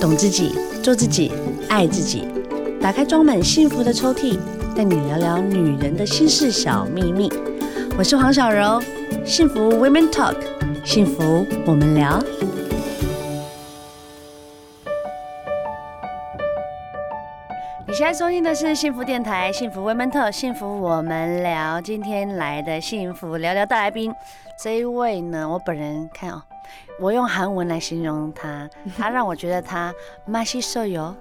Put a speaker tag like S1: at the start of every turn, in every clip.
S1: 懂自己，做自己，爱自己。打开装满幸福的抽屉，带你聊聊女人的心事小秘密。我是黄小柔，幸福 Women Talk，幸福我们聊。你现在收听的是幸福电台，幸福 Women Talk，幸福我们聊。今天来的幸福聊聊大来宾，这一位呢，我本人看哦，我用韩文来形容他，他让我觉得他马西瘦油，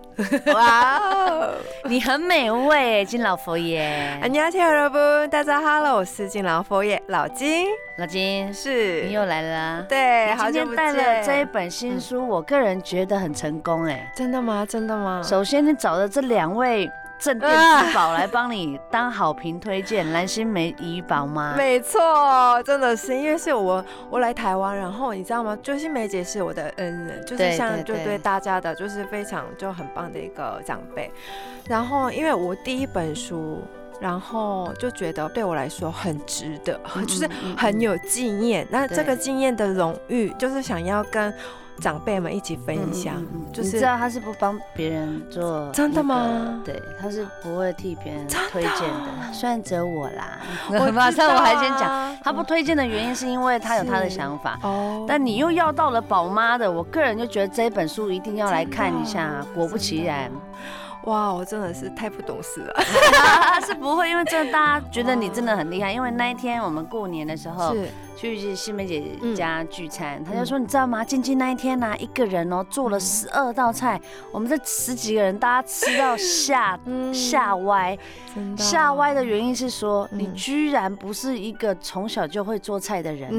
S2: 哇哦！
S1: 你很美味，金老佛爷，
S2: 안녕하세요여러분，大家 hello，我是敬老佛爷老金，
S1: 老金，
S2: 是，
S1: 你又来了。
S2: 对，
S1: 你
S2: 哎好
S1: 今
S2: 久
S1: 天
S2: 不
S1: 带了
S2: 见。嗯
S1: 这一本新书，我个人觉得很成功哎。
S2: 真的吗？真的吗？
S1: 首先，你找的这两位镇
S2: 啊
S1: 店之宝来帮你当好评推荐，蓝心湄、怡宝吗？
S2: 没错，真的是，因为是我我来台湾，然后你知道吗？就是梅姐是我的恩人，就
S1: 对
S2: 是像
S1: 对
S2: 就
S1: 对
S2: 对大家的，就是非常就很棒的一个长辈。然后因为我第一本书，然后就觉得对我来说很值得，
S1: 嗯
S2: 就是
S1: 嗯嗯
S2: 很有纪念。那
S1: 对
S2: 这个经验的荣誉，就是想要跟长辈们一起
S1: 嗯
S2: 分享。
S1: 嗯嗯嗯
S2: 就是
S1: 你知道他是不帮别人做、
S2: 真的吗
S1: 对，他是不会替别人
S2: 真的
S1: 推荐的，虽然只有我啦。
S2: 我
S1: 马
S2: 知
S1: 上
S2: 道
S1: 我还先讲，
S2: 啊
S1: 他不推荐的原因是因为他有他的
S2: 是
S1: 想法。
S2: 哦
S1: 但你又要到了宝妈的，我个人就觉得这本书一定要来看一下。果不其然，
S2: 哇，我真的是太不懂事 了。
S1: 是不会，因为真的大家觉得你真的很厉害。因为那一天我们过年的时候
S2: 是嗯
S1: 去新梅姐家聚餐，她就说你知道吗？静静那一天呢、一个人哦做了十二道菜，我们这十几个人大家吃到吓
S2: 嗯
S1: 吓歪。
S2: 真的啊
S1: 吓歪的原因是说你
S2: 嗯
S1: 居然不是一个从小就会做菜的人呢、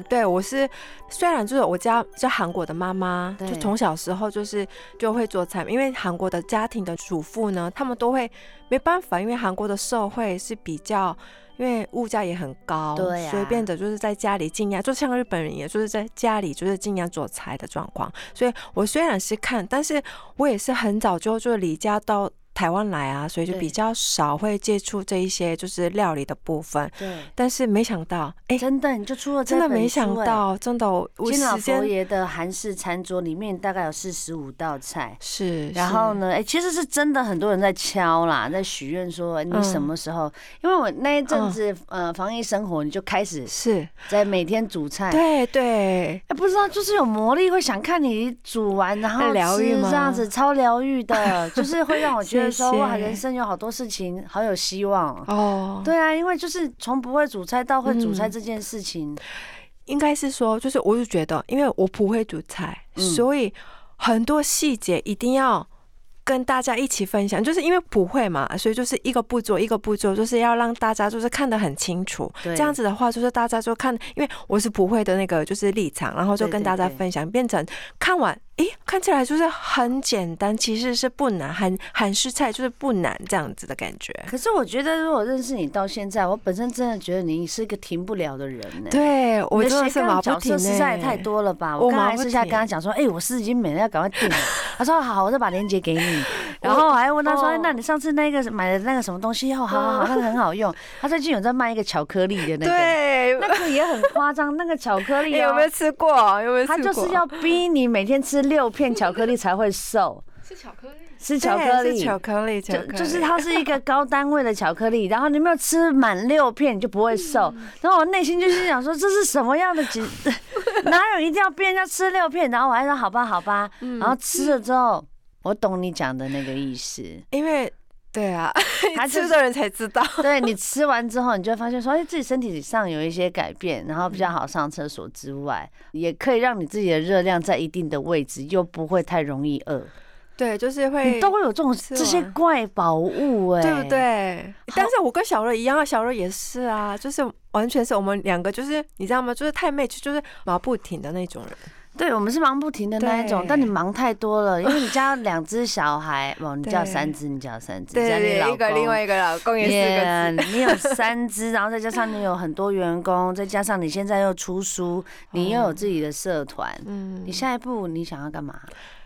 S2: 嗯，对，我是虽然就是我家就韩国的妈妈，
S1: 对
S2: 就从小时候就是就会做菜，因为韩国的家庭的主妇呢，他们都会没办法，因为韩国的社会是比较。因为物价也很高，
S1: 对呀
S2: 随便的就是在家里尽量，就像日本人，也就是在家里就是尽量做菜的状况。所以我虽然是看，但是我也是很早就就离家到台湾来啊，所以就
S1: 对
S2: 比较少会接触这一些就是料理的部分。
S1: 对，
S2: 但是没想到，哎、
S1: 欸真的你就出了这
S2: 真的
S1: 本
S2: 没
S1: 书
S2: 想
S1: 哎
S2: 到，真的我我
S1: 金老
S2: 时
S1: 佛
S2: 间
S1: 爷的韩式餐桌里面大概有四十五道菜。
S2: 是，
S1: 然
S2: 是
S1: 后？呢？哎、其实是真的很多人在敲啦，在许愿说你
S2: 嗯
S1: 什么时候？因为我那一阵子、呃防疫生活，你就开始
S2: 是，
S1: 在每天煮菜。哎、
S2: 对对，
S1: 不知道就是有魔力，会想看你煮完然后
S2: 很疗
S1: 吃
S2: 愈吗
S1: 这样子，超疗愈 的，就是会让我觉得说
S2: 谢谢
S1: 哇，人生有好多事情，好有希望哦。
S2: 哦，
S1: 对啊，因为就是从不会煮菜到会煮菜
S2: 嗯
S1: 这件事情，
S2: 应该是说，就是我就觉得，因为我不会煮菜，
S1: 嗯
S2: 所以很多细节一定要。跟大家一起分享，就是因为不会嘛，所以就是一个步骤一个步骤，就是要让大家就是看得很清楚。
S1: 对
S2: 这样子的话，就是大家就看，因为我是不会的那个就是立场，然后就
S1: 对
S2: 跟
S1: 对
S2: 大家
S1: 对
S2: 分享，变成看完，诶，看起来就是很简单，其实是不难，韩韩式菜就是不难这样子的感觉。
S1: 可是我觉得，如果认识你到现在，我本身真的觉得你是一个停不了的人呢、
S2: 对，我
S1: 你
S2: 真
S1: 的
S2: 的
S1: 斜
S2: 是
S1: 杠
S2: 马不
S1: 角
S2: 停、
S1: 色
S2: 欸，
S1: 实在也太多了吧！
S2: 我
S1: 我刚
S2: 忙
S1: 才
S2: 不
S1: 私下跟
S2: 停
S1: 他讲说，哎、我事已经没了，要赶快订了。 他说好，我再把链接给 你。然后我还问他说，哎
S2: 哦
S1: 那你上次那个买的那个什么东西，哦，好好好，那个很好用。他最近有在卖一个巧克力的那个，
S2: 对，
S1: 那个也很夸张，那个巧克 力、
S2: 诶有
S1: 哦
S2: 没有吃过？有没有吃
S1: 他
S2: 过？
S1: 就是要逼你每天吃六片巧克力才会瘦， 是巧克
S2: 对
S1: 力，
S2: 是
S1: 吃
S2: 巧
S1: 巧克力。
S2: 克力，巧
S1: 就
S2: 克力
S1: 就是它是一个高单位的巧克力，然后你没有吃满六片，你就不会瘦。
S2: 嗯
S1: 然后我内心就是想说，这是什么样的 景？哪有一定要逼人家吃六片？然后我还说好吧，好吧。
S2: 嗯
S1: 然后吃了之后，我懂你讲的那个意 思。
S2: 因为对啊，
S1: 它就
S2: 吃
S1: 是
S2: 的人才知道。
S1: 对你吃完之后，你就会发现说，哎，自己身体上有一些改变，然后比较好上厕所之外，也可以让你自己的热量在一定的位置，又不会太容易饿。
S2: 对，哎就是
S1: 你
S2: 会
S1: 都。会有这种
S2: 吃
S1: 这些
S2: 完
S1: 怪宝物、哎，
S2: 对不？对？但是我跟小乐一样啊，小乐也是啊，就是完全是我们两个，就是你知道吗？就是太 match，就是马不停的那种人。
S1: 对我们是忙不停的那一种，
S2: 对
S1: 但你忙太多了，因为你家有两只小孩，哦，你家有三只，你家有三只，加你老公
S2: 一个老公
S1: 耶你有三只，然后再加上你有很多员工，再加上你现在又出书，你又有自己的社团，
S2: 嗯
S1: 你，下一步你想要干嘛？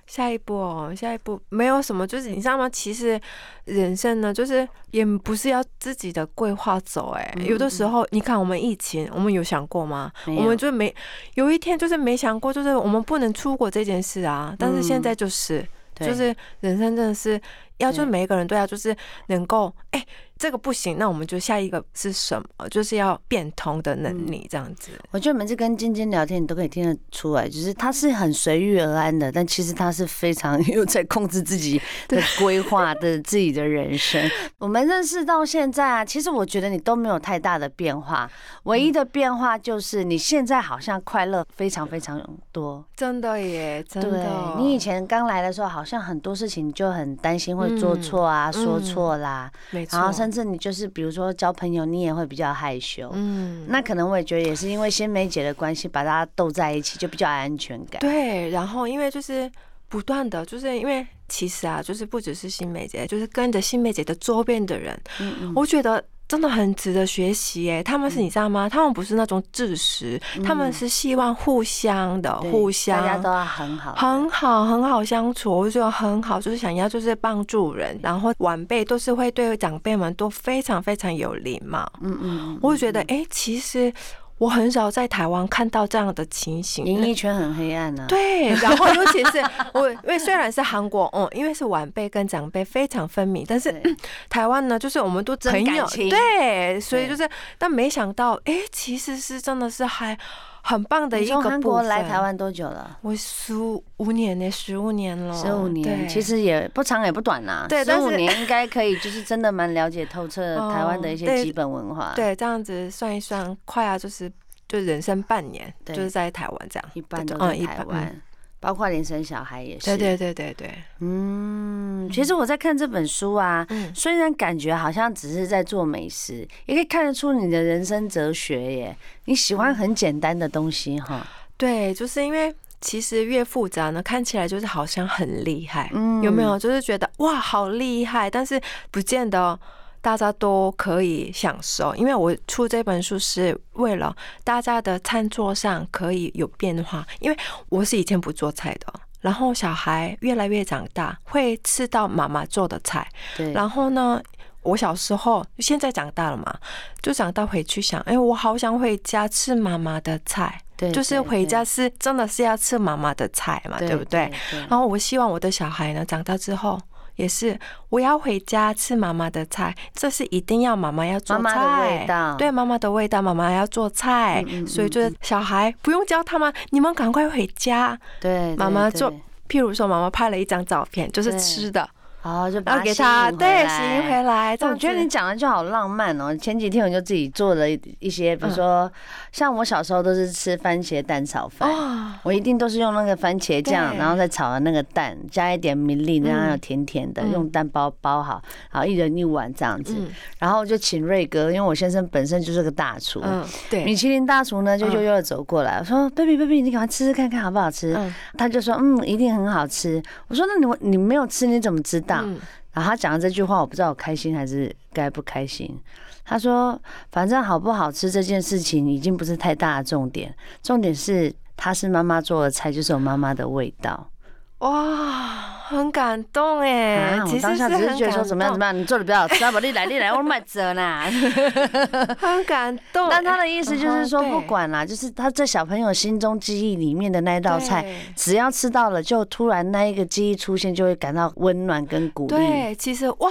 S2: 下一步哦，下一步没有什么，就是你知道吗？其实人生呢，就是也不是要自己的规划走、哎、
S1: 嗯
S2: 有的时候你看我们疫情，我们有想过吗？
S1: 没
S2: 我
S1: 有
S2: 们就没有一天就是没想过，就是我们不能出国这件事啊。但是现在就是，
S1: 嗯对
S2: 就是人生真的是要，
S1: 对
S2: 就是每一个人都要就是能够，哎、这个不行，那我们就下一个是什么？就是要变通的
S1: 嗯
S2: 能力这样子。
S1: 我觉得每次跟晶晶聊天，你都可以听得出来，就是她是很随遇而安的，但其实她是非常有在控制自己 的规划的自己的人生。我们认识到现在啊，其实我觉得你都没有太大的变化，唯一的变化就是你现在好像快乐非常非常多。
S2: 真的耶，真
S1: 对
S2: 的。哦
S1: 你以前刚来的时候，好像很多事情你就很担心会做错啊、
S2: 嗯
S1: 说错啦，
S2: 没错，
S1: 然后甚至你就是比如说交朋友，你也会比较害羞。
S2: 嗯
S1: 那可能我也觉得也是因为仙梅姐的关系，把大家斗在一起就比较有安全感。
S2: 对，然后因为就是不断的，就是因为其实啊，就是不只是新梅姐，就是跟着新梅姐的周边的人，
S1: 嗯，嗯
S2: 我觉得。真的很值得学习耶！他们是你知道吗？他们不是那种自私，他们是希望互相的，
S1: 嗯对
S2: 互相
S1: 大家都要很好的，
S2: 很好，很好相处，我就觉得很好，就是想要就是帮助人，然后晚辈都是会对长辈们都非常非常有礼貌。
S1: 嗯嗯，
S2: 我就觉得，哎、其实我很少在台湾看到这样的情形。
S1: 演艺圈很黑暗啊。，
S2: 对，然后尤其是我，因为虽然是韩国，嗯，因为是晚辈跟长辈非常分明，但是
S1: 对
S2: 台湾呢，就是我们都
S1: 真
S2: 朋
S1: 感
S2: 友，
S1: 情
S2: 对，所以
S1: 对
S2: 就是，但没想到，哎、其实是真的是还很棒的
S1: 你
S2: 一
S1: 从
S2: 个
S1: 韩
S2: 部
S1: 国
S2: 分。
S1: 来台，湾多久了？
S2: 我十五年呢，十五年了，
S1: 十五年，
S2: 哦对
S1: 其实也不长也不短啦。
S2: 对
S1: 十
S2: 但是
S1: 五年应该可以，就是真的蛮了解透彻
S2: 哦
S1: 台湾的一些
S2: 对
S1: 基本文化。，
S2: 对，这样子算一算，快要就是就人生半年，
S1: 对
S2: 就是在台湾这样，
S1: 一般
S2: 对
S1: 都
S2: 嗯
S1: 在
S2: 一
S1: 台
S2: 半
S1: 湾，包括连生小孩也是。
S2: 对对对对对，
S1: 嗯，其实我在看这本书啊，
S2: 嗯
S1: 虽然感觉好像只是在做美食，也可以看得出你的人生哲学耶。你喜
S2: 嗯
S1: 欢很简单的东西哈，
S2: 对，就是因为其实越复杂呢，看起来就是好像很厉害，
S1: 嗯
S2: 有没有？就是觉得哇，好厉害，但是不见得大家都可以享受。因为我出这本书是为了大家的餐桌上可以有变化，因为我是以前不做菜的。哦然后小孩越来越长大，会吃到妈妈做的菜。
S1: 对，
S2: 然后呢，我小时候，现在长大了嘛，就长大回去想，哎，我好想回家吃妈妈的菜。
S1: 对，
S2: 就是
S1: 对
S2: 回家，是真的是要吃妈妈的菜嘛，对不对？？然后我希望我的小孩呢，长大之后也是我要回家吃妈妈的菜，这是一定要妈妈要做
S1: 妈
S2: 菜，
S1: 妈的味道
S2: 对妈妈的味道，妈妈要做菜，
S1: 嗯嗯嗯
S2: 所以就是小孩不用教他们，你们赶快回家。
S1: 对，
S2: 妈妈
S1: 对
S2: 做
S1: 对
S2: 譬如说，妈妈拍了一张照片，就是
S1: 对
S2: 吃的，
S1: 好就
S2: 然
S1: 把
S2: 后给他
S1: 吸引
S2: 对吸
S1: 回
S2: 引回来。这
S1: 我
S2: 样
S1: 觉得
S2: 子
S1: 你讲的就好浪漫哦！前几天我就自己做了一些，
S2: 嗯
S1: 比如说像我小时候都是吃番茄蛋炒饭，
S2: 哦，
S1: 我一定都是用那个番茄酱，
S2: 对
S1: 然后再炒的那个蛋，加一点米粒，让它
S2: 嗯
S1: 有甜甜的，
S2: 嗯
S1: 用蛋包包好，然后一人一碗这样子。
S2: 嗯
S1: 然后就请瑞哥，因为我先生本身就是个大厨，
S2: 嗯，对
S1: 米，其林大厨呢就
S2: 嗯
S1: 悠悠的走过来，我说：“baby baby，你赶快吃吃看看好不好吃。
S2: 嗯
S1: 他就说：“嗯，一定很好吃。”我说：“那你你没有吃你怎么知道？”
S2: 嗯
S1: 然后他讲的这句话，我不知道我开心还是该不开心。他说：“反正好不好吃这件事情已经不是太大的重点，重点是它是妈妈做的菜，就是有妈妈的味道。
S2: 哇，很感动哎、
S1: 啊，
S2: 其
S1: 我
S2: 实
S1: 当
S2: 是
S1: 下只是
S2: 很
S1: 觉得说
S2: 感
S1: 怎么样
S2: 动
S1: 怎么样，你做的比较好吃，啊，不你来你来，我买走 啦。
S2: 很感动。
S1: 但他的意思就是说，
S2: 嗯
S1: 不
S2: 哼
S1: 管啦，就是他在小朋友心中记忆里面的那道菜，只要吃到了，就突然那一个记忆出现，就会感到温暖跟鼓
S2: 对。
S1: 励。
S2: 对，其实哇，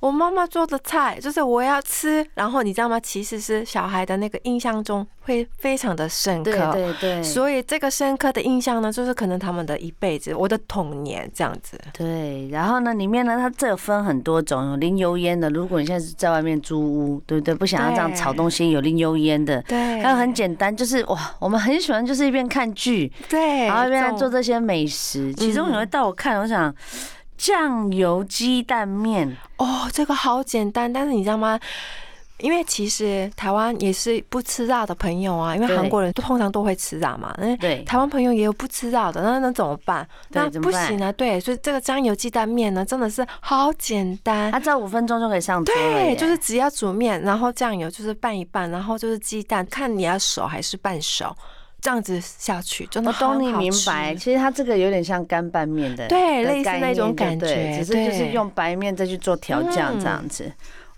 S2: 我妈妈做的菜就是我要吃，然后你知道吗？其实是小孩的那个印象中会非常的深
S1: 对
S2: 刻，
S1: 对对，
S2: 所以这个深刻的印象呢，就是可能他们的一辈子，我的童年这样子。
S1: 对，然后呢，里面呢，它这有分很多种，有零油烟的。如果你现在是在外面租屋，对不对？不想要这样
S2: 对
S1: 炒东西，有零油烟的。
S2: 对，
S1: 还有很简单，就是哇，我们很喜欢，就是一边看剧，
S2: 对，嗯
S1: 然后一边
S2: 种
S1: 做这些美食。其中有一道我看，我想酱油鸡蛋面，
S2: 哦，这个好简单，但是你知道吗？因为其实台湾也是不吃辣的朋友啊，因为
S1: 对
S2: 韩国人通常都会吃辣嘛，嗯那
S1: 对
S2: 台湾朋友也有不吃辣的，那那怎么办？
S1: 对
S2: 那
S1: 怎么
S2: 不行啊，对，所以这个酱油鸡蛋面呢，真的是好简单。
S1: 它只要五分钟就可以上桌了耶。
S2: 对，就是只要煮面，然后酱油就是拌一拌，然后就是鸡蛋，看你要熟还是半熟，这样子下去，真的
S1: 我懂你
S2: 很好
S1: 明
S2: 吃
S1: 白，其实它这个有点像干拌面的，
S2: 对
S1: 的
S2: 类似
S1: 概
S2: 那种
S1: 念就对
S2: 感
S1: 只
S2: 觉
S1: 是就是
S2: 对
S1: 用白面再去做调酱这
S2: 嗯
S1: 样子。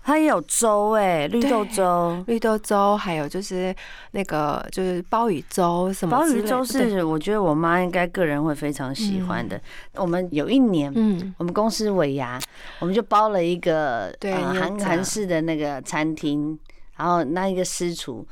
S1: 它也有粥哎、绿豆
S2: 对
S1: 粥，
S2: 绿豆粥，还有就是那个就是鲍鱼粥什么
S1: 鲍
S2: 之
S1: 鱼
S2: 类
S1: 粥
S2: 的对
S1: 是我觉得我妈应该个人会非常喜欢的。我们有一年。
S2: 嗯
S1: 我们公司尾牙，我们就包了一个
S2: 对
S1: 呃
S2: 牛
S1: 韩
S2: 杂
S1: 韩式的那个餐厅，然后那一个私厨。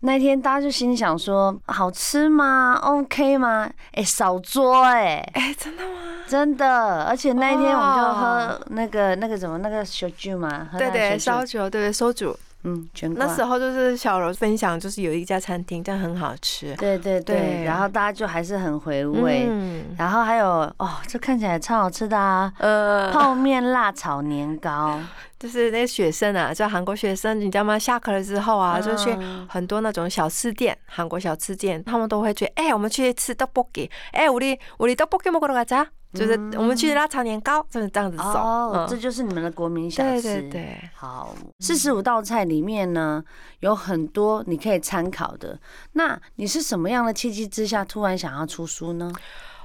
S1: 那天大家就心想说，好吃吗？OK 吗？哎、少桌哎、
S2: 哎、真的吗？
S1: 真的，而且那一天我们就
S2: 哇
S1: 喝那个那个什么那个小酒嘛，喝
S2: 对
S1: 那个
S2: 对，
S1: 烧
S2: 烧
S1: 酒
S2: 酒，对对，烧酒。
S1: 嗯，全
S2: 那
S1: 挂
S2: 时候就是小柔分享，就是有一家餐厅，但很好吃。
S1: 对对对，
S2: 对
S1: 然后大家就还是很回味，
S2: 嗯
S1: 然后还有哦，这看起来超好吃的啊，
S2: 呃，
S1: 泡面辣炒年糕，
S2: 就是那些学生啊，就韩国学生，你知道吗？下课了之后啊，就去
S1: 嗯
S2: 很多那种小吃店，韩国小吃店，他们都会去，哎、我们去吃 떡볶이，哎、우리우리떡볶이먹으러가자，就是我们去拉炒年糕，就是这样子走。
S1: 嗯哦，这
S2: 嗯、
S1: 就是你们的国民小
S2: 对
S1: 吃。
S2: 对嗯对。
S1: 好，四十五道菜里面呢，有很多你可以参考的。那你是什么样的契机之下突然想要出书呢？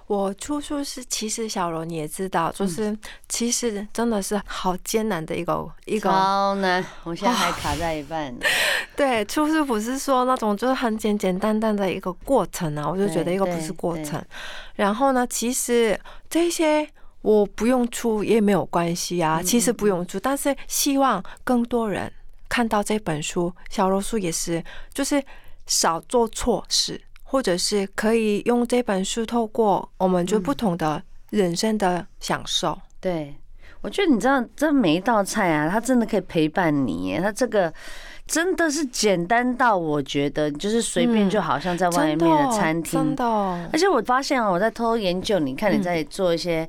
S2: 我出书是，其实小柔你也知道，就是
S1: 嗯
S2: 其实真的是好艰难的一个一个。
S1: 超难，我现在还卡在一半。
S2: 对，出书不是说那种就是很简简单单的一个过程啊，我就觉得
S1: 对
S2: 一个不
S1: 对
S2: 是过
S1: 对
S2: 程。然后呢，其实这些我不用出也没有关系啊，其
S1: 嗯
S2: 实不用出，但是希望更多人看到这本书，小柔书也是，就是少做错事，或者是可以用这本书透过我们
S1: 嗯
S2: 就不同的人生的享受。
S1: 对，我觉得你知道，这每一道菜啊，它真的可以陪伴你耶。它这个真的是简单到我觉得，就是随便
S2: 嗯
S1: 就好像在外面
S2: 真的哦
S1: 的餐
S2: 真
S1: 厅。
S2: 的哦
S1: 而且我发现啊，我在偷偷研究，你看你
S2: 嗯
S1: 在做一些。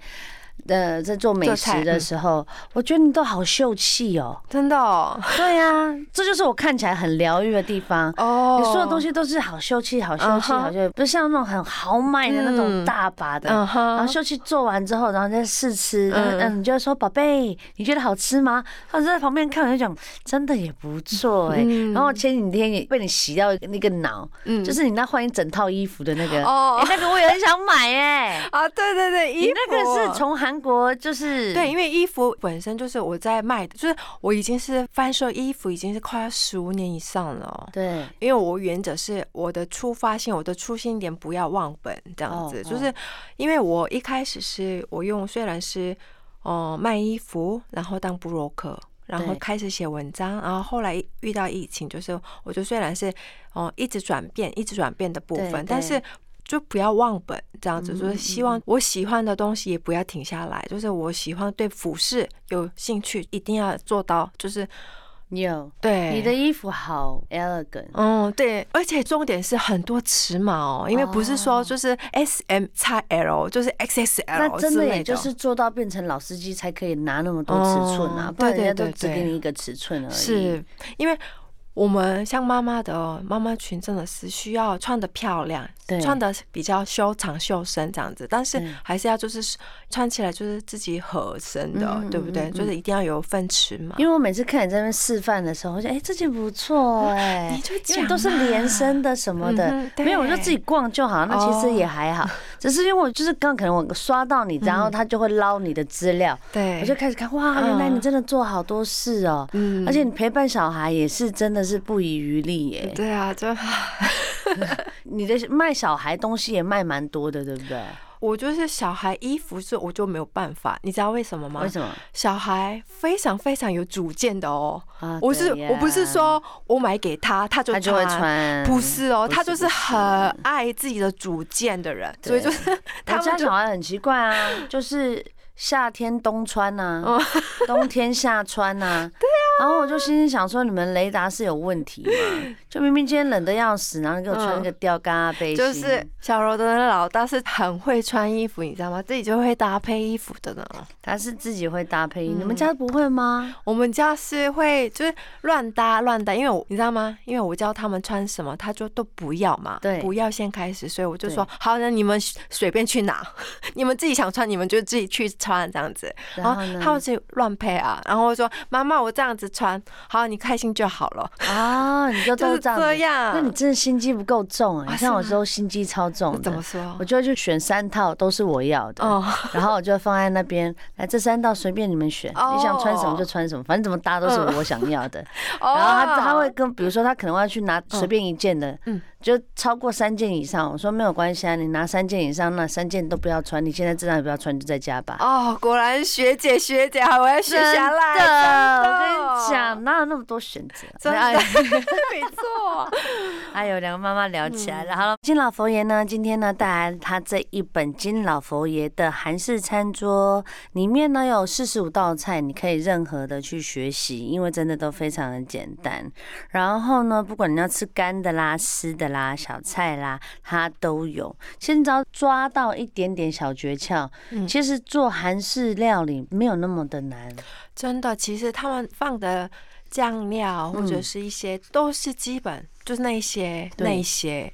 S1: 呃，在做美
S2: 做菜
S1: 食的
S2: 嗯
S1: 时候，我觉得你都好秀气哦。
S2: 真的哦，
S1: 对啊， 这就是我看起来很疗愈的地方。
S2: 哦
S1: 你所有东西都是好秀气，好秀
S2: 嗯
S1: 气，
S2: 哼
S1: 好秀气，不是像那种很豪迈的那种
S2: 嗯
S1: 大把的。
S2: 嗯
S1: 然
S2: 哼
S1: 后，秀气做完之后，然后再试吃，嗯
S2: 嗯
S1: 嗯，你就会说宝贝，你觉得好吃吗？或者在旁边看，我就讲真的也不错哎、
S2: 嗯
S1: 然后前几天也被你洗到那个脑，
S2: 嗯
S1: 就是你那换一整套衣服的那个，哎、
S2: 哦
S1: 那个我也很想买哎、
S2: 啊，对对对，
S1: 你
S2: 衣服
S1: 那个是从韩国就是
S2: 对，因为衣服本身就是我在卖的，就是我已经是贩售衣服已经是快要十五年以上了哦。
S1: 对
S2: 因为我原则是我的出发性，我的初心点不要忘本，这样
S1: 哦
S2: 子，
S1: 哦
S2: 就是因为我一开始是我用虽然是哦、呃卖衣服，然后当布洛克，然后
S1: 对
S2: 开始写文章，然后后来遇到疫情，就是我就虽然是哦、呃一直转变，一直转变的部
S1: 对
S2: 分，但
S1: 对
S2: 是。就不要忘本，这样子，
S1: 嗯
S2: 就
S1: 嗯
S2: 是希望我喜欢的东西也不要停下来，就是我喜欢对服饰有兴趣，一定要做到，就是
S1: 有
S2: 对
S1: 你的衣服好 elegant，
S2: 嗯，对，而且重点是很多尺码哦，因为不是说就是 S M x L，就是 X S
S1: 那
S2: L
S1: 真
S2: 之
S1: 的
S2: 类
S1: 也就是做到变成老司机才可以拿那么多尺寸啊，
S2: 哦
S1: 不然
S2: 对
S1: 人家
S2: 对
S1: 都
S2: 对
S1: 只
S2: 对
S1: 给你一个尺寸而已。
S2: 哦是因为我们像妈妈的哦妈妈裙，真的是需要穿的漂亮
S1: 对，
S2: 穿的比较修长修身这样子，但是
S1: 对
S2: 还是要就是穿起来就是自己合身的
S1: 嗯，
S2: 对不
S1: 嗯
S2: 对？
S1: 嗯
S2: 就是一定要有分尺码。
S1: 因为我每次看你在那边示范的时候，我就哎、这件不错哎、
S2: 你就
S1: 因为
S2: 讲
S1: 都是
S2: 嘛
S1: 连身的什么的
S2: 嗯，哼哦
S1: 没有我就自己逛就好，那其实也还好，只是因为我就是刚可能我刷到你，然后他就会捞你的资料，
S2: 嗯对，
S1: 我就开始看哇，原来你真的做好多事哦、
S2: 嗯
S1: 而且你陪伴小孩也是真的是不遗余力耶、
S2: 对啊，就
S1: 你的卖小孩东西也卖蛮多的，对不对？
S2: 我就是小孩衣服是我就没有办法，你知道为什么吗？
S1: 为什么？
S2: 小孩非常非常有主见的哦。
S1: 啊
S2: 我是
S1: 对呀
S2: 我不是说我买给他，他就
S1: 他就会穿，
S2: 不是哦，他就是
S1: 不
S2: 很爱自己的主见的人，所以就是
S1: 我
S2: 他
S1: 家
S2: 们就
S1: 小孩很奇怪 啊，就是夏天冬穿呐、
S2: 哦
S1: 啊， 冬天夏穿呐、 啊。对啊。然后我就心里想说，你们雷达是有问题 吗？就明明今天冷的要死，然后你给我穿一个吊嘎背心，
S2: 就是小柔的老大是很会穿衣服，你知道吗？自己就会搭配衣服的呢。
S1: 他是自己会搭配，
S2: 嗯
S1: 你们家不会吗？
S2: 我们家是会就是乱搭乱搭，因为我你知道吗？因为我叫他们穿什么，他就都不要嘛，
S1: 对
S2: 不要先开始，所以我就
S1: 对
S2: 说好，那你们随便去拿， 你们自己哦想穿，你们就自己去穿这样子。
S1: 然
S2: 然
S1: 后
S2: 后
S1: 呢
S2: 他们就乱配啊，然后我说妈妈，我这样子穿，好，你开心就好了，
S1: 啊，你就
S2: 就
S1: 都
S2: 是
S1: 这样
S2: 哦这
S1: 子。
S2: 样。
S1: 那你真的心机不够重哎、
S2: 啊
S1: 你像我
S2: 是吗
S1: 都心机超重
S2: 怎
S1: 的
S2: 么，说
S1: 我？就会去选三套都是我要的，
S2: 哦，
S1: 然后我就放在那边，来这三套随便你们选，
S2: 哦
S1: 你想穿什么就穿什么，反正怎么搭都是
S2: 嗯
S1: 我想要的。
S2: 然
S1: 然后他他会跟，比如说他可能要去拿随便一件的
S2: 嗯，
S1: 就超过三件以上。我说没有关系啊，你拿三件以上，那三件都不要穿，你现在这张也不要穿，就在家吧。
S2: 哦，啊果然学姐学姐，好，我要学下来。
S1: 真的，我
S2: 真的
S1: 跟你，讲，哪有那么多选择？
S2: 哦真
S1: 哎
S2: 的 没错。
S1: 哎呦，两个妈妈聊起来了。好了，金老佛爷呢，嗯今天呢带来他这一本《金老佛爷的韩式餐桌》，里面呢有四十五道菜，你可以任何的去学习，因为真的都非常的简单。然后呢，不管你要吃干的啦、湿的啦、小菜啦，它都有。其实你只要抓到一点点小诀窍，
S2: 嗯
S1: 其实做韩式料理没有那么的难。
S2: 真的，其实他们放的酱料或者
S1: 嗯
S2: 是一些都是基本，就是那一些
S1: 对
S2: 那一些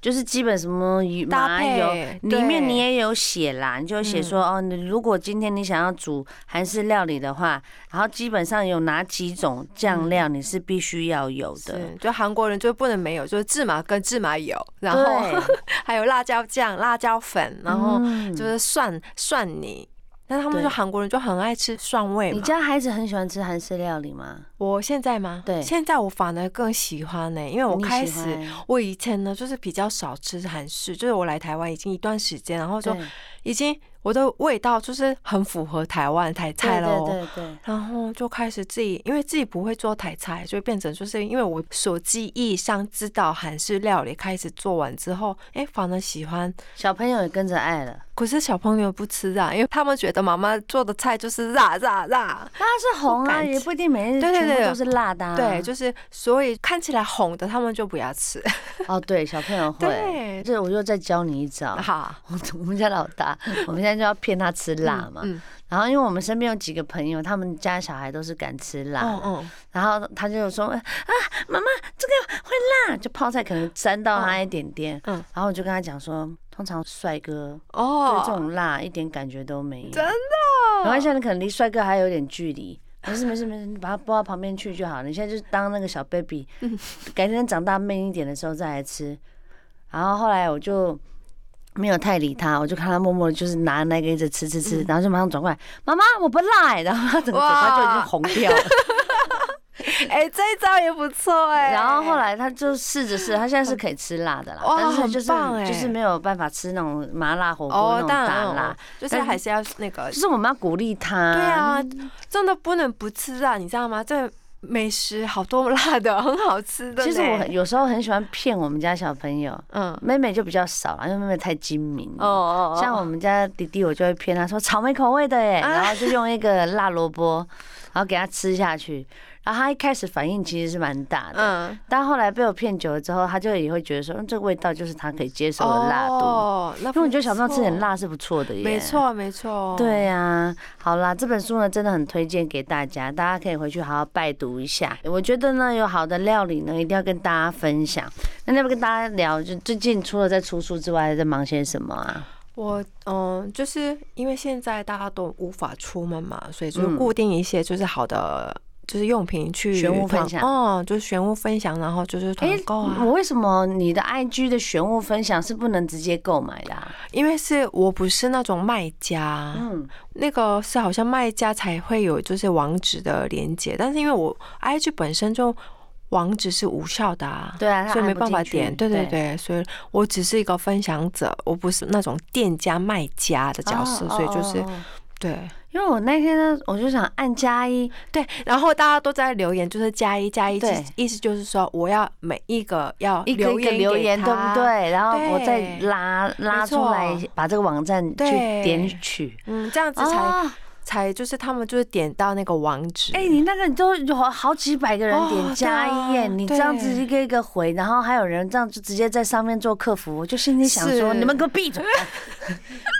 S1: 就是基本什么鱼
S2: 搭
S1: 麻油，
S2: 配
S1: 里面你
S2: 也
S1: 也有写啦，你就写说、哦，你如果今天你想要煮韩式料理的话，然后基本上有哪几种酱料你是必须要有的。
S2: 嗯是，就韩国人就不能没有，就是芝麻跟芝麻油，然后
S1: 对，
S2: 还有辣椒酱、辣椒粉，然后
S1: 嗯
S2: 就是蒜蒜泥。但他们
S1: 对
S2: 就韩国人就很爱吃蒜味
S1: 你
S2: 嘛。
S1: 家孩子很喜欢吃韩式料理吗？
S2: 我现在吗？
S1: 对
S2: 现在我反而更喜欢呢、因为我
S1: 你喜
S2: 开始
S1: 欢
S2: 我以前呢，就是比较少吃韩式，就是我来台湾已经一段时间，然后就
S1: 对
S2: 已经我的味道就是很符合台湾台菜了哦。
S1: 对对对
S2: 然后就开始自己，因为自己不会做台菜，所以变成就是因为我所记忆上知道韩式料理，开始做完之后，哎，反而喜欢。
S1: 小朋友也跟着爱 了，
S2: 可是小朋友不吃辣，因为他们觉得妈妈做的菜就是辣辣辣，
S1: 它是红啊，
S2: 敢吃
S1: 也不一定每日
S2: 对对
S1: 全部
S2: 对
S1: 都是辣的、啊。
S2: 对，就是所以看起来红的他们就不要吃。
S1: 哦，对，小朋友会。
S2: 对，
S1: 这我又再教你一招，
S2: 好，
S1: 我 我们家老大，我们现在就要骗他吃辣嘛。
S2: 嗯，
S1: 然后因为我们身边有几个朋友，他们家小孩都是敢吃辣
S2: 嗯
S1: 的，
S2: 嗯，
S1: 然后他就说啊，妈妈这个会辣，就泡菜可能沾到他一点点，
S2: 嗯嗯
S1: 然后我就跟他讲说，通常帅哥对这
S2: 哦，
S1: 种辣一点感觉都没有，
S2: 真的
S1: 然后现在可能离帅哥还有点距离。没事没事没事，你把它拨到旁边去就好。你现在就是当那个小 baby，改天长大闷一点的时候再来吃。然后后来我就没有太理他，我就看他默默的就是拿那个一直吃吃吃，然后就马上转过来，妈妈我不辣、欸，然后他整个嘴巴就已经
S2: 嗯哇
S1: 红掉 了。
S2: 哎、这一招也不错哎、
S1: 然后后来他就试着试，他现在是可以吃辣的啦，
S2: 哇
S1: 但是就是
S2: 很棒欸
S1: 就是没有办法吃那种麻辣火锅那
S2: 哦
S1: 种，
S2: 当
S1: 大
S2: 然
S1: 辣
S2: 了，，就是还是要那个
S1: 就，是我们要鼓励他。
S2: 对啊，真的不能不吃啊，你知道吗？这美食好多辣的，很好吃的呢。
S1: 其实我很有时候很喜欢骗我们家小朋友，
S2: 嗯，
S1: 妹妹就比较少了，因为妹妹太精明
S2: 哦
S1: 了。
S2: 哦，哦
S1: 嗯像我们家弟弟，我就会骗他说草莓口味的耶，
S2: 啊
S1: 然后就用一个辣萝卜，然后给他吃下去。然后他一开始反应其实是蛮大的，
S2: 嗯，
S1: 但后来被我骗久了之后，他就也会觉得说，嗯，这个味道就是他可以接受的辣度。
S2: 哦，那
S1: 因为我
S2: 不
S1: 觉得小朋友吃
S2: 错
S1: 点，辣是不错的耶。
S2: 没。错没错，
S1: 对呀、好啦，这本书呢真的很推荐给大家，大家可以回去好好拜读一下。我觉得呢，有好的料理呢，一定要跟大家分享。那要不跟大家聊，就最近除了在出书之外，还在忙些什么啊？
S2: 我嗯，就是因为现在大家都无法出门嘛，所以就
S1: 嗯
S2: 是固定一些就是好的。就是用品去
S1: 玄物
S2: 团
S1: 分享
S2: 哦，就是玄物分享，然后就是团购啊。
S1: 我为什么你的 IG 的玄物分享是不能直接购买的、啊？
S2: 因为是我不是那种卖家，
S1: 嗯，
S2: 那个是好像卖家才会有就是网址的连接，但是因为我 IG 本身就网址是无效的、啊。
S1: 对啊，
S2: 所
S1: 它
S2: 以没
S1: 按不
S2: 办法
S1: 进去
S2: 点，对对，对，所以我只是一个分享者，我不是那种店家卖家的角色，
S1: 哦
S2: 所以就是
S1: 哦哦哦
S2: 对
S1: 因为我那天呢，我就想按加一，
S2: 对。然后大家都在留言，就是加一加一，
S1: 对
S2: 就是意思就是说我要每一个要
S1: 一个
S2: 留
S1: 一个
S2: 言
S1: 留
S2: 给
S1: 言，对
S2: 他
S1: 不？对？然后
S2: 对
S1: 我再拉拉出来
S2: 没错，
S1: 把这个网站去
S2: 对
S1: 点取。
S2: 嗯，这样子才、
S1: 啊，
S2: 才就是他们就是点到那个网址。
S1: 哎、你那个你都有好几百个人
S2: 嗯哦
S1: 点加一耶，
S2: 对啊
S1: 你这样子一个一个回，然后还有人这样就直接在上面做客服，我就心里想说，
S2: 是
S1: 你们给我闭 嘴！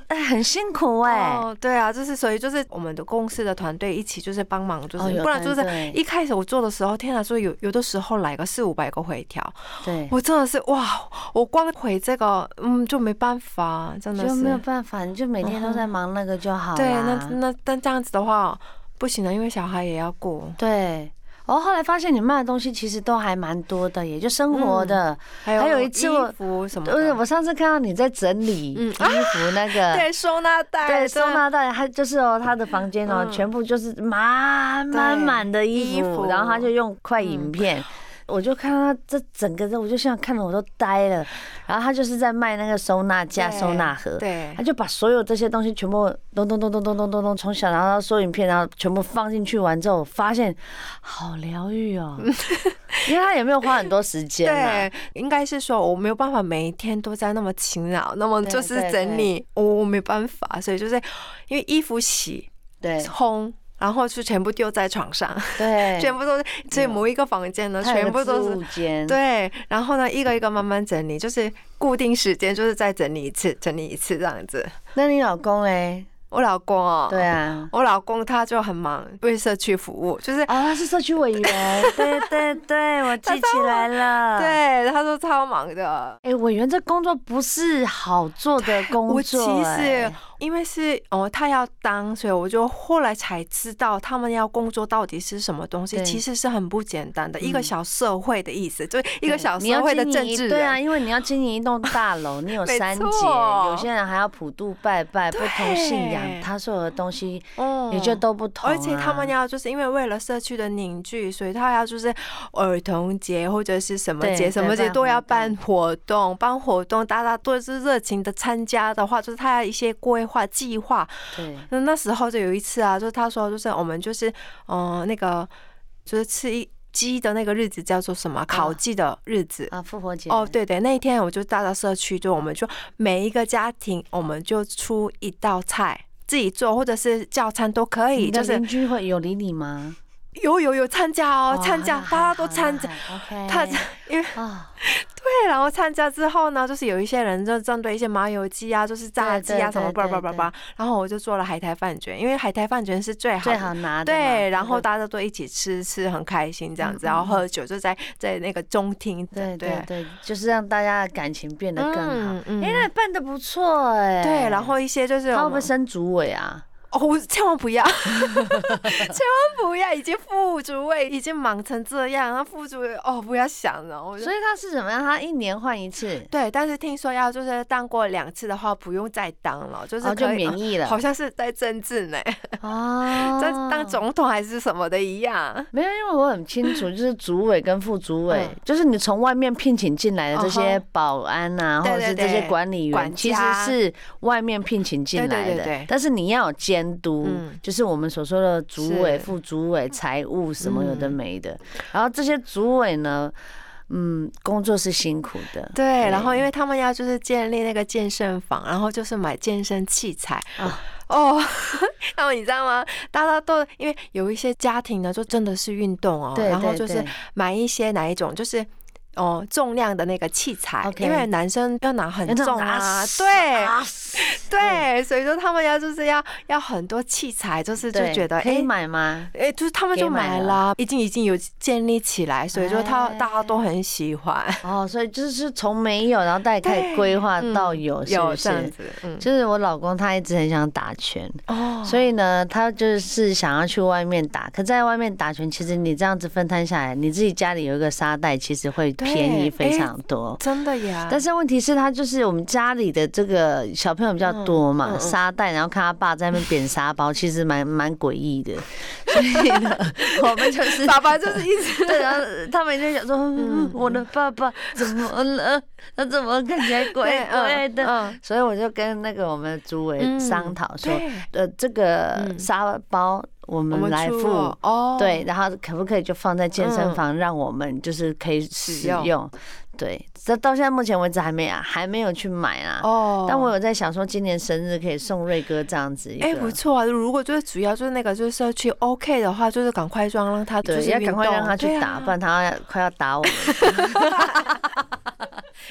S1: 哎，很辛苦哎、
S2: 哦，对啊，就是所以就是我们的公司的团队一起就是帮忙，就是、
S1: 哦有
S2: 不然就
S1: 团
S2: 是
S1: 队
S2: 一开始我做的时候，天啊，说有有的时候来个四五百个回调，
S1: 对，
S2: 我真的是哇，我光回这个嗯就没办法，真的
S1: 就是没有办法，你就每
S2: 嗯
S1: 天都在忙那个就好啦。
S2: 对，那那但这样子的话不行了，因为小孩也要顾。
S1: 对哦，后来发现你卖的东西其实都还蛮多的，也就生活的。
S2: 还有
S1: 还有一
S2: 衣
S1: 次我
S2: 服什么
S1: 呃，
S2: 的，
S1: 我上次看到你在整理衣
S2: 嗯
S1: 服那个，
S2: 对收纳袋，
S1: 对，
S2: 真的
S1: 收纳袋，他就是哦，他的房间哦，
S2: 嗯
S1: 全部就是满满
S2: 对
S1: 满的衣
S2: 衣
S1: 服，
S2: 服嗯
S1: 然后他就用快影片。我就看到他这整个的，我就像看了我都呆了。然后他就是在卖那个收纳架、
S2: 对
S1: 收纳盒，
S2: 对
S1: 他就把所有这些东西全部咚咚咚咚咚咚咚咚，从小然后到收影片，然后全部放进去完之后，发现好疗愈 哦，因为他也没有花很多时间嘛。
S2: 对，应该是说我没有办法每一天都在那么勤劳，那么
S1: 对
S2: 就是
S1: 对对
S2: 整理，我我没办法，所以就是因为衣服洗
S1: 对
S2: 烘。然后就全部丢在床上，
S1: 对，
S2: 全部都是，所以某一个房间呢，
S1: 他有
S2: 全
S1: 个
S2: 部都
S1: 置
S2: 是
S1: 物间，
S2: 对，然后呢，一个一个慢慢整理，就是固定时间，就是再整理一次，整理一次这样子。
S1: 那你老公嘞？
S2: 我老公哦，
S1: 对啊，
S2: 我老公他就很忙，为社区服务，就是
S1: 啊、他是社区委员，对对对，我记起来了。，
S2: 对，他说超忙的。
S1: 哎、委员这工作不是好做的工
S2: 我其
S1: 作、
S2: 实
S1: 哎
S2: 因为是哦，他要当，所以我就后来才知道他们要工作到底是什么东西，
S1: 对
S2: 其实是很不简单的一个
S1: 嗯
S2: 小社会的意思，就是一个
S1: 对
S2: 小
S1: 你要
S2: 社会的
S1: 经
S2: 政
S1: 营
S2: 治
S1: 对啊，
S2: 人。
S1: 因为你要经营一栋大楼，你有
S2: 没
S1: 三节，
S2: 错
S1: 有些人还要普渡拜拜，不同信仰，
S2: 对
S1: 他所有的东西
S2: 哦
S1: 也就都不同、啊
S2: 而且他们要就是因为为了社区的凝聚，所以他要就是儿童节或者是什么
S1: 对
S2: 节什么
S1: 对
S2: 节
S1: 办
S2: 都要
S1: 活动
S2: 办活动，办活动大家都是热情的参加的话，就是他要一些规划计划。
S1: 对
S2: 那那时候就有一次啊，就是他说就是我们就是嗯、呃那个就是吃一鸡的那个日子叫做什么嗯烤鸡的日子。
S1: 啊，复活节
S2: 哦，，对对，那一天我就到了社区，就我们就每一个家庭，我们就出一道菜，自己做或者是叫餐都可以，
S1: 你的
S2: 嗯就是
S1: 邻居会有理你吗？
S2: 有有有参加哦，参加
S1: 哇，
S2: 大家都参加。。
S1: OK，
S2: 他因为
S1: 啊，
S2: 对，然后参加之后呢，就是有一些人就针对一些麻油鸡啊，就是炸鸡啊
S1: 对对
S2: 什么
S1: 对
S2: 叭叭叭
S1: 对
S2: 叭，然后我就做了海苔饭卷，因为海苔饭卷是最好
S1: 最
S2: 的。
S1: 好拿的嘛
S2: 对，然后
S1: 对
S2: 大家都一起吃，吃很开心这样
S1: 嗯
S2: 子，然后
S1: 嗯
S2: 喝酒就在在那个中厅，
S1: 对对对，就是让大家的感情变得更好。
S2: 嗯嗯
S1: 哎、那你办的不错哎、
S2: 对，然后一些就是
S1: 他
S2: 我
S1: 会不会
S2: 们
S1: 升主委啊？
S2: 哦，我千万不 要，千万不要，已经副主委已经忙成这样，那副主委哦不要想了，我就
S1: 所以他是怎么样？他一年换一次，
S2: 对，但是听说要就是当过两次的话，不用再当了，就是
S1: 然哦后就
S2: 可以
S1: 免疫了。
S2: 好像是在政治呢，
S1: 哦
S2: 在当总统还是什么的一样。
S1: 没有，因为我很清 楚，就是主委跟副主委，
S2: 嗯
S1: 就是你从外面聘请进来的这些
S2: 嗯哼
S1: 保安啊，
S2: 对
S1: 或者是这
S2: 对
S1: 些
S2: 对
S1: 管理员，
S2: 管
S1: 其实
S2: 家
S1: 是外面聘请进
S2: 对对
S1: 来
S2: 对
S1: 的
S2: 对。
S1: 但是你要有监督
S2: 嗯，
S1: 就是我们所说的主委、
S2: 是
S1: 副主委、财务什么有的
S2: 嗯
S1: 没的。然后这些主委呢，嗯，工作是辛苦的。
S2: 对，然后因为他们要就是建立那个健身房，然后就是买健身器材
S1: 啊
S2: 哦。 然后你知道吗？大家都因为有一些家庭呢，就真的是运动哦，
S1: 对
S2: 然后
S1: 对
S2: 就是
S1: 对
S2: 买一些哪一种就是。哦，重量的那个器材
S1: OK
S2: 因为男生要拿很
S1: 有那种
S2: 重啊，
S1: 死
S2: 对，
S1: 啊嗯死
S2: 对，所以说他们要就是要要很多器材，就是就
S1: 对
S2: 觉得
S1: 可以
S2: 哎。
S1: 买吗？
S2: 哎、就是他们
S1: 给
S2: 就
S1: 买
S2: 买
S1: 了
S2: 了，已经已经有建立起来，所以说他
S1: 哎
S2: 大家都很喜欢，
S1: 哦，所以就是从没有，然后大家开始
S2: 对
S1: 规划到啊
S2: 嗯
S1: 有，是
S2: 有
S1: 不
S2: 这样
S1: 是？
S2: 子，嗯，
S1: 就是我老公他一直很想打拳，
S2: 哦
S1: 所以呢，他就是想要去外面打。可在外面打拳，其实你这样子分摊下来，你自己家里有一个沙袋，其实会便宜
S2: 对
S1: 非常多。
S2: 真的呀，
S1: 但是问题是，他就是我们家里的这个小朋友比较多嘛，
S2: 嗯嗯嗯
S1: 沙袋，然后看他爸在那边扁沙包，其实蛮蛮诡异的。 所以呢，我们就是
S2: 爸爸就是一 直
S1: 对，然后他们就想说，嗯我的爸爸怎么了？ 他怎么看起来怪怪的？
S2: 嗯，
S1: 所以我就跟那个我们主委
S2: 嗯
S1: 商讨说，
S2: 对，
S1: 呃，这个
S2: 嗯
S1: 沙包我
S2: 我
S1: 们
S2: 们
S1: 来
S2: 出
S1: 付。
S2: 了哦，嗯
S1: 对，，然后可不可以就放在健身房，让我们就是可以使
S2: 使用
S1: 用？对，这到现在目前为止还没啊，还没有去买啊。
S2: 哦，
S1: 但我有在想说，今年生日可以送瑞哥这样子一个，
S2: 哎、不错啊，如果就是主要就是那个就是社区 OK 的话，就是赶快装让他就
S1: 对，啊
S2: 是
S1: 要
S2: 运啊
S1: 赶快让
S2: 动
S1: 他去
S2: 对啊
S1: 打，不然他快要打我们。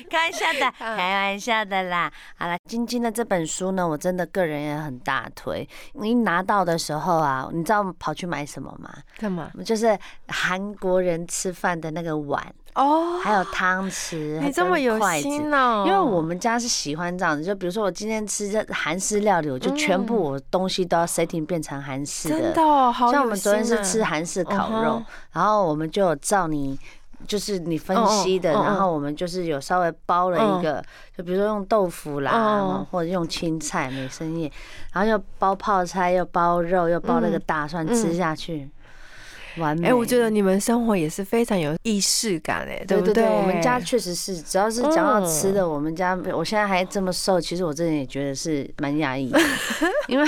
S1: 开玩笑的，开玩笑的啦。好了，晶晶的这本书呢，我真的个人也很大推。你拿到的时候啊，你知道我跑去买什么吗？
S2: 干嘛？
S1: 就是韩国人吃饭的那个碗，
S2: 哦，
S1: 还有汤匙，
S2: 你这么有
S1: 还有筷子。
S2: 心哦，
S1: 因为我们家是喜欢这样子，就比如说我今天吃这韩式料理，我就全部我东西都要 setting 变成韩式
S2: 嗯真的哦好有心啊，
S1: 像我们昨天是吃韩式烤肉
S2: 嗯哼，
S1: 然后我们就有照你。就是你分析的，
S2: 嗯嗯嗯
S1: 然后我们就是有稍微包了一个，就比如说用豆腐啦
S2: 嗯，
S1: 或者用青菜美生叶，然后又包泡菜，又包肉，又包那个大蒜，吃下去完美。
S2: 哎、我觉得你们生活也是非常有意识感哎，
S1: 对
S2: 不
S1: 对
S2: 对？嗯
S1: 对，我们家确实是，只要是讲到吃的，我们家我现在还这么瘦，其实我真的也觉得是蛮压 抑的，因为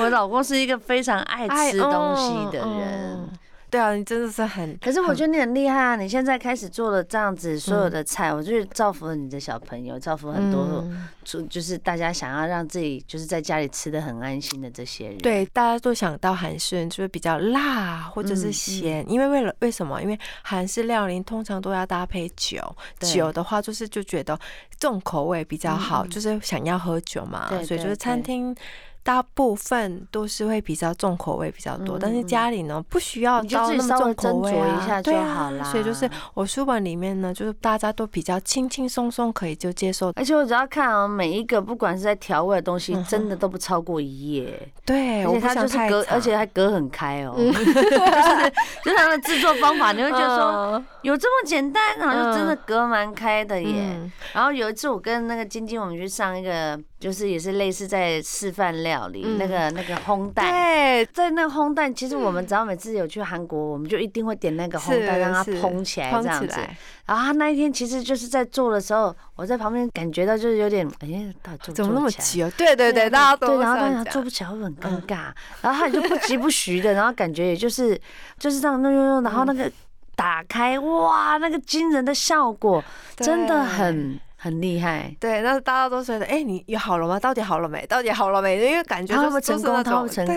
S1: 我老公是一个非常爱
S2: 爱哦
S1: 吃东西的人。
S2: 哎嗯嗯对啊，你真的是很
S1: 可是我觉得你很厉害啊！你现在开始做了这样子所有的菜，我觉得造福了你的小朋友，造福很多，
S2: 嗯
S1: 就就是大家想要让自己就是在家里吃的很安心的这些人。，
S2: 对，大家都想到韩式人就是比较辣或者
S1: 嗯嗯
S2: 是咸，因为为了为什么？因为韩式料理通常都要搭配酒，
S1: 对
S2: 酒的话就是就觉得重口味比较
S1: 嗯
S2: 好，
S1: 嗯
S2: 就是想要喝酒嘛
S1: 对，
S2: 所以就
S1: 对
S2: 是餐
S1: 对
S2: 厅。大部分都是会比较重口味比较
S1: 嗯
S2: 多，
S1: 嗯
S2: 但是家里呢不需要
S1: 你就
S2: 到
S1: 自己
S2: 那么
S1: 稍微斟
S2: 重口味
S1: 酌
S2: 啊，
S1: 一下
S2: 对
S1: 就
S2: 啊
S1: 好啦。
S2: 所以就是我书本里面呢，就是大家都比较轻轻松松可以就接受，
S1: 而且我只要看啊，每一个不管是在调味的东西，真的都不超过一 页，
S2: 对，
S1: 而
S2: 哎我
S1: 且
S2: 不
S1: 它
S2: 想
S1: 就是
S2: 太嗯
S1: 隔，
S2: 长
S1: 而且还隔很开哦， 就是就是它的制作方法，你会觉得说
S2: 嗯
S1: 有这么简单，好像真的隔蛮开的耶。
S2: 嗯
S1: 然后有一次我跟那个晶晶，我们去上一个，就是也是类似在示范料理
S2: 嗯
S1: 那个那个烘蛋。
S2: 对，嗯
S1: 在那个烘蛋，其实我们只要每次有去韩国，我们就一定会点那个烘蛋，
S2: 是
S1: 让它
S2: 是
S1: 蓬起来
S2: 捧
S1: 这样
S2: 起
S1: 子。
S2: 来
S1: 然后他那一天其实就是在做的时候，我在旁边感觉到就是有点，哎，到底做不
S2: 怎么那
S1: 做
S2: 么
S1: 得起来
S2: 急哦？对对对，大家都啊嗯
S1: 对，然后
S2: 这
S1: 大家
S2: 样
S1: 做
S2: 讲
S1: 不起来会很尴尬，然后他就不急不徐的，然后感觉也就是就是这样弄弄弄，然后
S2: 嗯
S1: 那个打开，哇，那个惊人的效果，真的很很厉害。
S2: 对，那大家都觉得，哎，你你好了吗？到底好了没？到底好了没？因为感觉
S1: 他会
S2: 就
S1: 不会
S2: 是都
S1: 成功
S2: 是那
S1: 他会
S2: 种
S1: 不会成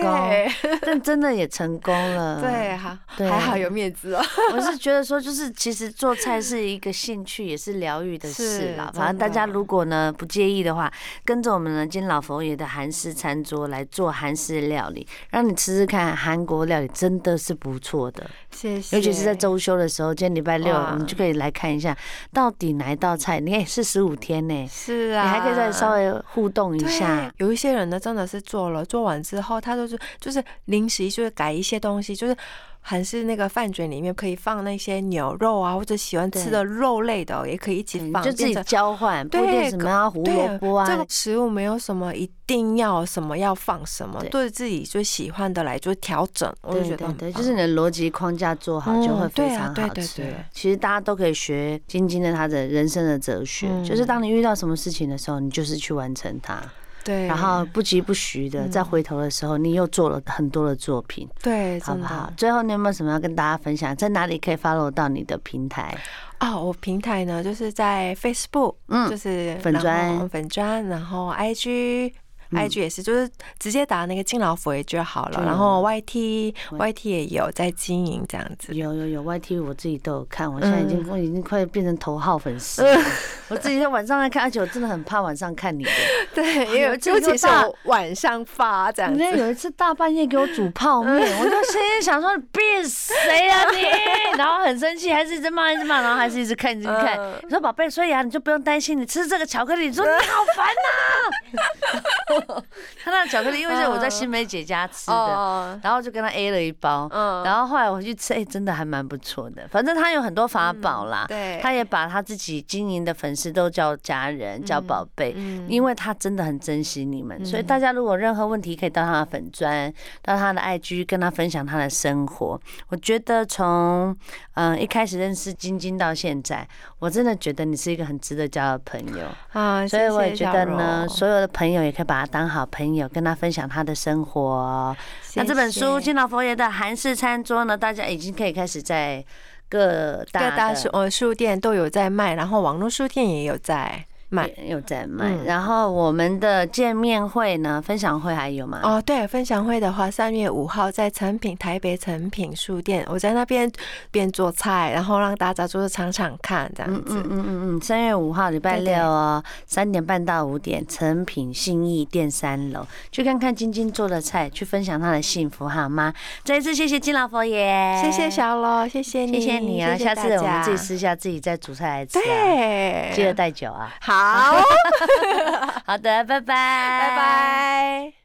S2: 对
S1: 功但真的也成功了。
S2: 对，哈，
S1: 对
S2: 还好有面子哦。
S1: 我是觉得说，就是其实做菜是一个兴趣，也是疗愈的事啦。
S2: 是
S1: 反正大家
S2: 真的
S1: 如果呢不介意的话，跟着我们呢金老佛爷的韩式餐桌来做韩式料理，让你吃吃看韩国料理，真的是不错的。
S2: 谢谢，
S1: 尤其是在 周休的时候，今天礼拜六，
S2: 哇
S1: 我们就可以来看一下，到底哪一道菜？你看也是十五天呢，
S2: 是
S1: 你
S2: 啊，
S1: 还可以再稍微互动一
S2: 对，
S1: 下。
S2: 有一些人呢，真的是做了，做完之后他就是就是临时就是改一些东西，就是还是那个饭卷里面可以放那些牛肉啊，或者喜欢吃的肉类的哦，也可以一起
S1: 嗯
S2: 放，
S1: 就自己
S2: 变成
S1: 交换，不一定
S2: 对
S1: 什么要胡萝卜啊
S2: 对，这个食物没有什么一定要什么要放什么，
S1: 对
S2: 对自己最喜欢的来做调整，我就
S1: 对
S2: 觉得
S1: 对
S2: 很
S1: 对，
S2: 棒
S1: 就是你嗯的逻辑框架做好，就
S2: 嗯
S1: 会非
S2: 对啊
S1: 常
S2: 对
S1: 好
S2: 对
S1: 吃
S2: 对
S1: 了。其实大家都可以学晶晶的她的人生的哲学，就是当你遇到什么事情的时候，你就是去完成它，
S2: 对，
S1: 然后不急不徐的，再回头的时候，你又做了很多的作品，
S2: 对，
S1: 好
S2: 真
S1: 不好
S2: 的？
S1: 最后你有没有什么要跟大家分享？在哪里可以 follow 到你的平台？
S2: 哦，我平台呢就是在 Facebook，
S1: 嗯
S2: 就是
S1: 粉专
S2: 然后粉砖，然后 IG。I G 也是，就是直接打那个敬老佛爷就好
S1: 就
S2: 了。
S1: 有
S2: 然后 Y T Y T 也有在经营这样子。
S1: 有有有，YT 我自己都有看，我现在已经、我已经快变成头号粉丝 了。我自己在晚上在看，而且我真的很怕晚上看你的。
S2: 对，
S1: 因为 尤其是我
S2: 晚上发这
S1: 你。那有一次大半夜给我煮泡面，
S2: 嗯
S1: 我就心里想说你变谁啊 你？然后很生气，还是一直骂一直骂，然后还是一直看一直看。
S2: 嗯
S1: 你说宝贝，所以啊你就不用担心，你吃这个巧克力，你说你好烦呐、 他那巧克力，因为是我在新梅姐家吃的。
S2: 哦，
S1: 然后就跟他 A 了一包，
S2: 嗯
S1: 然后后来我去吃，哎、真的还蛮不错的。反正他有很多法宝啦，
S2: 嗯对
S1: 他也把他自己经营的粉丝都叫家人、
S2: 嗯
S1: 叫宝贝，因为他真的很珍惜你们，所以大家如果有任何问题可以到他的粉砖、到他的 IG 跟他分享他的生活。我觉得从嗯、呃一开始认识晶晶到现在，我真的觉得你是一个很值得交的朋友。
S2: 啊，
S1: 所以我也
S2: 谢谢
S1: 觉得
S2: 小
S1: 呢，
S2: 柔
S1: 所有的朋友也可以把他当好朋友，跟他分享他的生活。那这本书《
S2: 谢谢
S1: 金老佛爷的韩式餐桌》呢，大家已经可以开始在各大
S2: 各大
S1: 的
S2: 书呃书店都有在卖，然后网络书店也有在。卖。
S1: 有在卖。
S2: 嗯
S1: 然后我们的见面会呢，分享会还有吗？
S2: 哦，对，分享会的话，三月五号在成品台北成品书店，我在那边边做菜，然后让大家就是尝尝看这样
S1: 嗯
S2: 子。
S1: 嗯嗯嗯嗯，三月五号礼拜
S2: 对对
S1: 六哦，三点半到五点，成品信义店三楼，去看看晶晶做的菜，去分享她的幸福，好吗？再一次谢谢金老佛爷，
S2: 谢谢，小罗，谢谢你，
S1: 嗯谢谢你啊！下
S2: 大
S1: 次我们自己
S2: 家
S1: 私下自己再煮菜来吃、啊，
S2: 对，
S1: 记得带酒啊。
S2: 好，
S1: 好的，拜拜，
S2: 拜。拜。